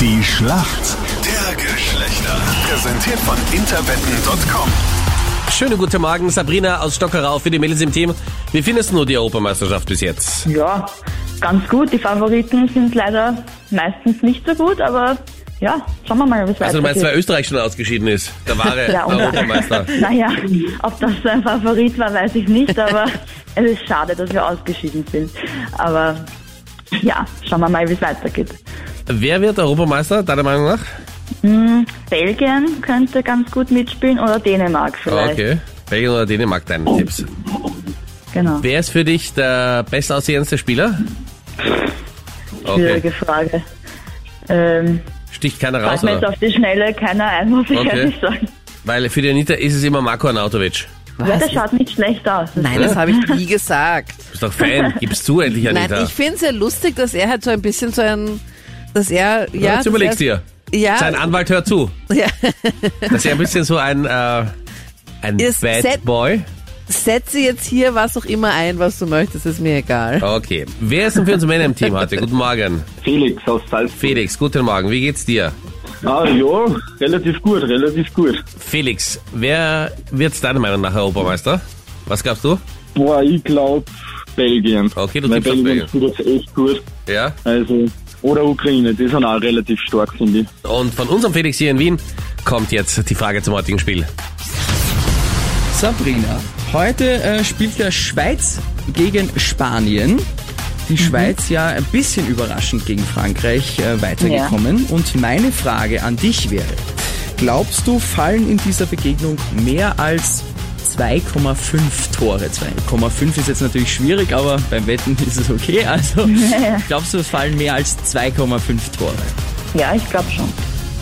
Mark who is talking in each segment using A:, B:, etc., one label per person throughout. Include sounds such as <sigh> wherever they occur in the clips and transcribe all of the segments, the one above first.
A: Die Schlacht der Geschlechter. Präsentiert von interwetten.com.
B: Schönen guten Morgen, Sabrina aus Stockerau für die Mädels im Team. Wie findest du die Europameisterschaft bis jetzt?
C: Ja, ganz gut. Die Favoriten sind leider meistens nicht so gut, aber ja, schauen wir mal, wie es
B: Also du meinst, weil
C: weitergeht.
B: Österreich schon ausgeschieden ist, der wahre
C: Ja, und-
B: Europameister.
C: <laughs> Naja, ob das ein Favorit war, weiß ich nicht, aber <laughs> es ist schade, dass wir ausgeschieden sind. Aber ja, schauen wir mal, wie es weitergeht.
B: Wer wird Europameister, deiner Meinung nach?
C: Belgien könnte ganz gut mitspielen oder Dänemark vielleicht.
B: Ah, Okay. Belgien oder Dänemark, deine Tipps.
C: Genau.
B: Wer ist für dich der bestaussehendste Spieler?
C: Schwierige Frage. Ähm,
B: Sticht keiner raus,
C: fällt mir jetzt
B: oder?
C: auf die Schnelle keiner ein, muss ich
B: Also- Okay.
C: ehrlich sagen.
B: Weil für die Anita ist es immer Marco Arnautovic.
C: Ja,
D: Was?
C: das schaut nicht schlecht aus. Das
D: Nein, das
B: <laughs>
D: habe ich nie gesagt.
B: Du bist doch
C: <laughs>
B: Fan, gib's zu endlich, Anita.
D: Nein, ich finde es ja lustig, dass er halt so ein bisschen so ein, dass er, ja. Ah.
B: jetzt überlegst dir.
D: dass er-
B: Sein
D: Ja,
B: Anwalt hört zu.
D: ja, <laughs>
B: Das ist ja ein bisschen so ein, äh, ein
D: Ist
B: Bad
D: set-
B: Boy.
D: setze jetzt hier was auch immer ein, was du möchtest, ist mir egal.
B: Okay. Wer ist denn für uns Männer im Team heute? Guten Morgen.
E: Felix aus Salzburg.
B: Felix, guten Morgen. Wie geht's dir?
E: Ah ja, relativ gut, relativ gut.
B: Felix, wer wird deiner Meinung nach Europameister? Was glaubst du?
E: Boah, ich glaube Belgien.
B: Okay, du
E: Weil
B: tippst auf
E: Belgien spielt jetzt echt gut.
B: Ja.
E: Also, oder Ukraine, die sind auch relativ stark, finde ich.
B: Und von unserem Felix hier in Wien kommt jetzt die Frage zum heutigen Spiel.
F: Sabrina, heute äh, spielt der Schweiz gegen Spanien. Die Schweiz ja ein bisschen überraschend gegen Frankreich äh, weitergekommen. Und meine Frage an dich wäre, glaubst du, fallen in dieser Begegnung mehr als 2,5 Tore? 2,5 ist jetzt natürlich schwierig, aber beim Wetten ist es okay. Also glaubst du, es fallen mehr als 2,5 Tore?
C: Ja, ich glaube schon.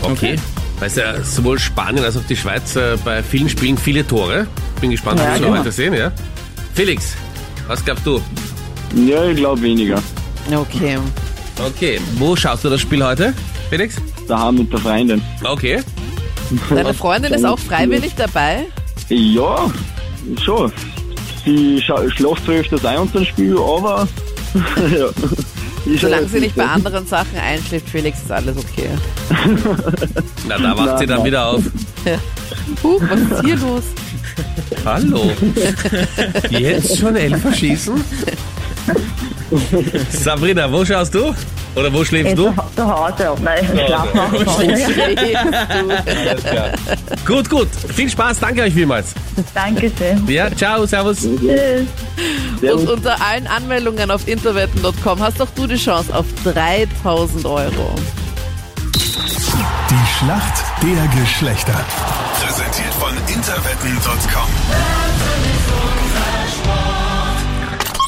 B: Okay. Weißt ja, sowohl Spanien als auch die Schweiz äh, bei vielen Spielen viele Tore. Bin gespannt,
C: Ja,
B: ob wir
C: genau.
B: noch weiter sehen, ja? Felix, was glaubst du?
E: Ja, ich glaube weniger.
D: Okay.
B: Okay, wo schaust du das Spiel heute, Felix?
E: Da haben mit der Freundin.
B: Okay.
D: Deine Freundin ist auch freiwillig dabei?
E: Ja, schon. Sie scha- schlaft zwar öfters ein unter dem Spiel, aber. <laughs> ja. Ich
D: Solange sie nicht bei anderen Sachen einschläft, Felix, ist alles okay.
B: Na, da wacht
E: Na,
B: sie dann
E: na.
B: wieder auf.
D: Huch, was ist hier los?
B: Hallo. Jetzt schon Elfer schießen? Sabrina, wo schaust du? Oder wo schläfst
C: Jetzt
B: du?
C: zu- zu Hause, nein, ich schlafe auch noch.
B: Gut, gut. Viel Spaß. Danke euch vielmals.
C: Dankeschön.
B: Ja, ciao, servus.
C: Tschüss.
D: Und unter allen Anmeldungen auf interwetten.com hast auch du die Chance auf 3000 Euro.
A: Die Schlacht der Geschlechter. Präsentiert von interwetten.com.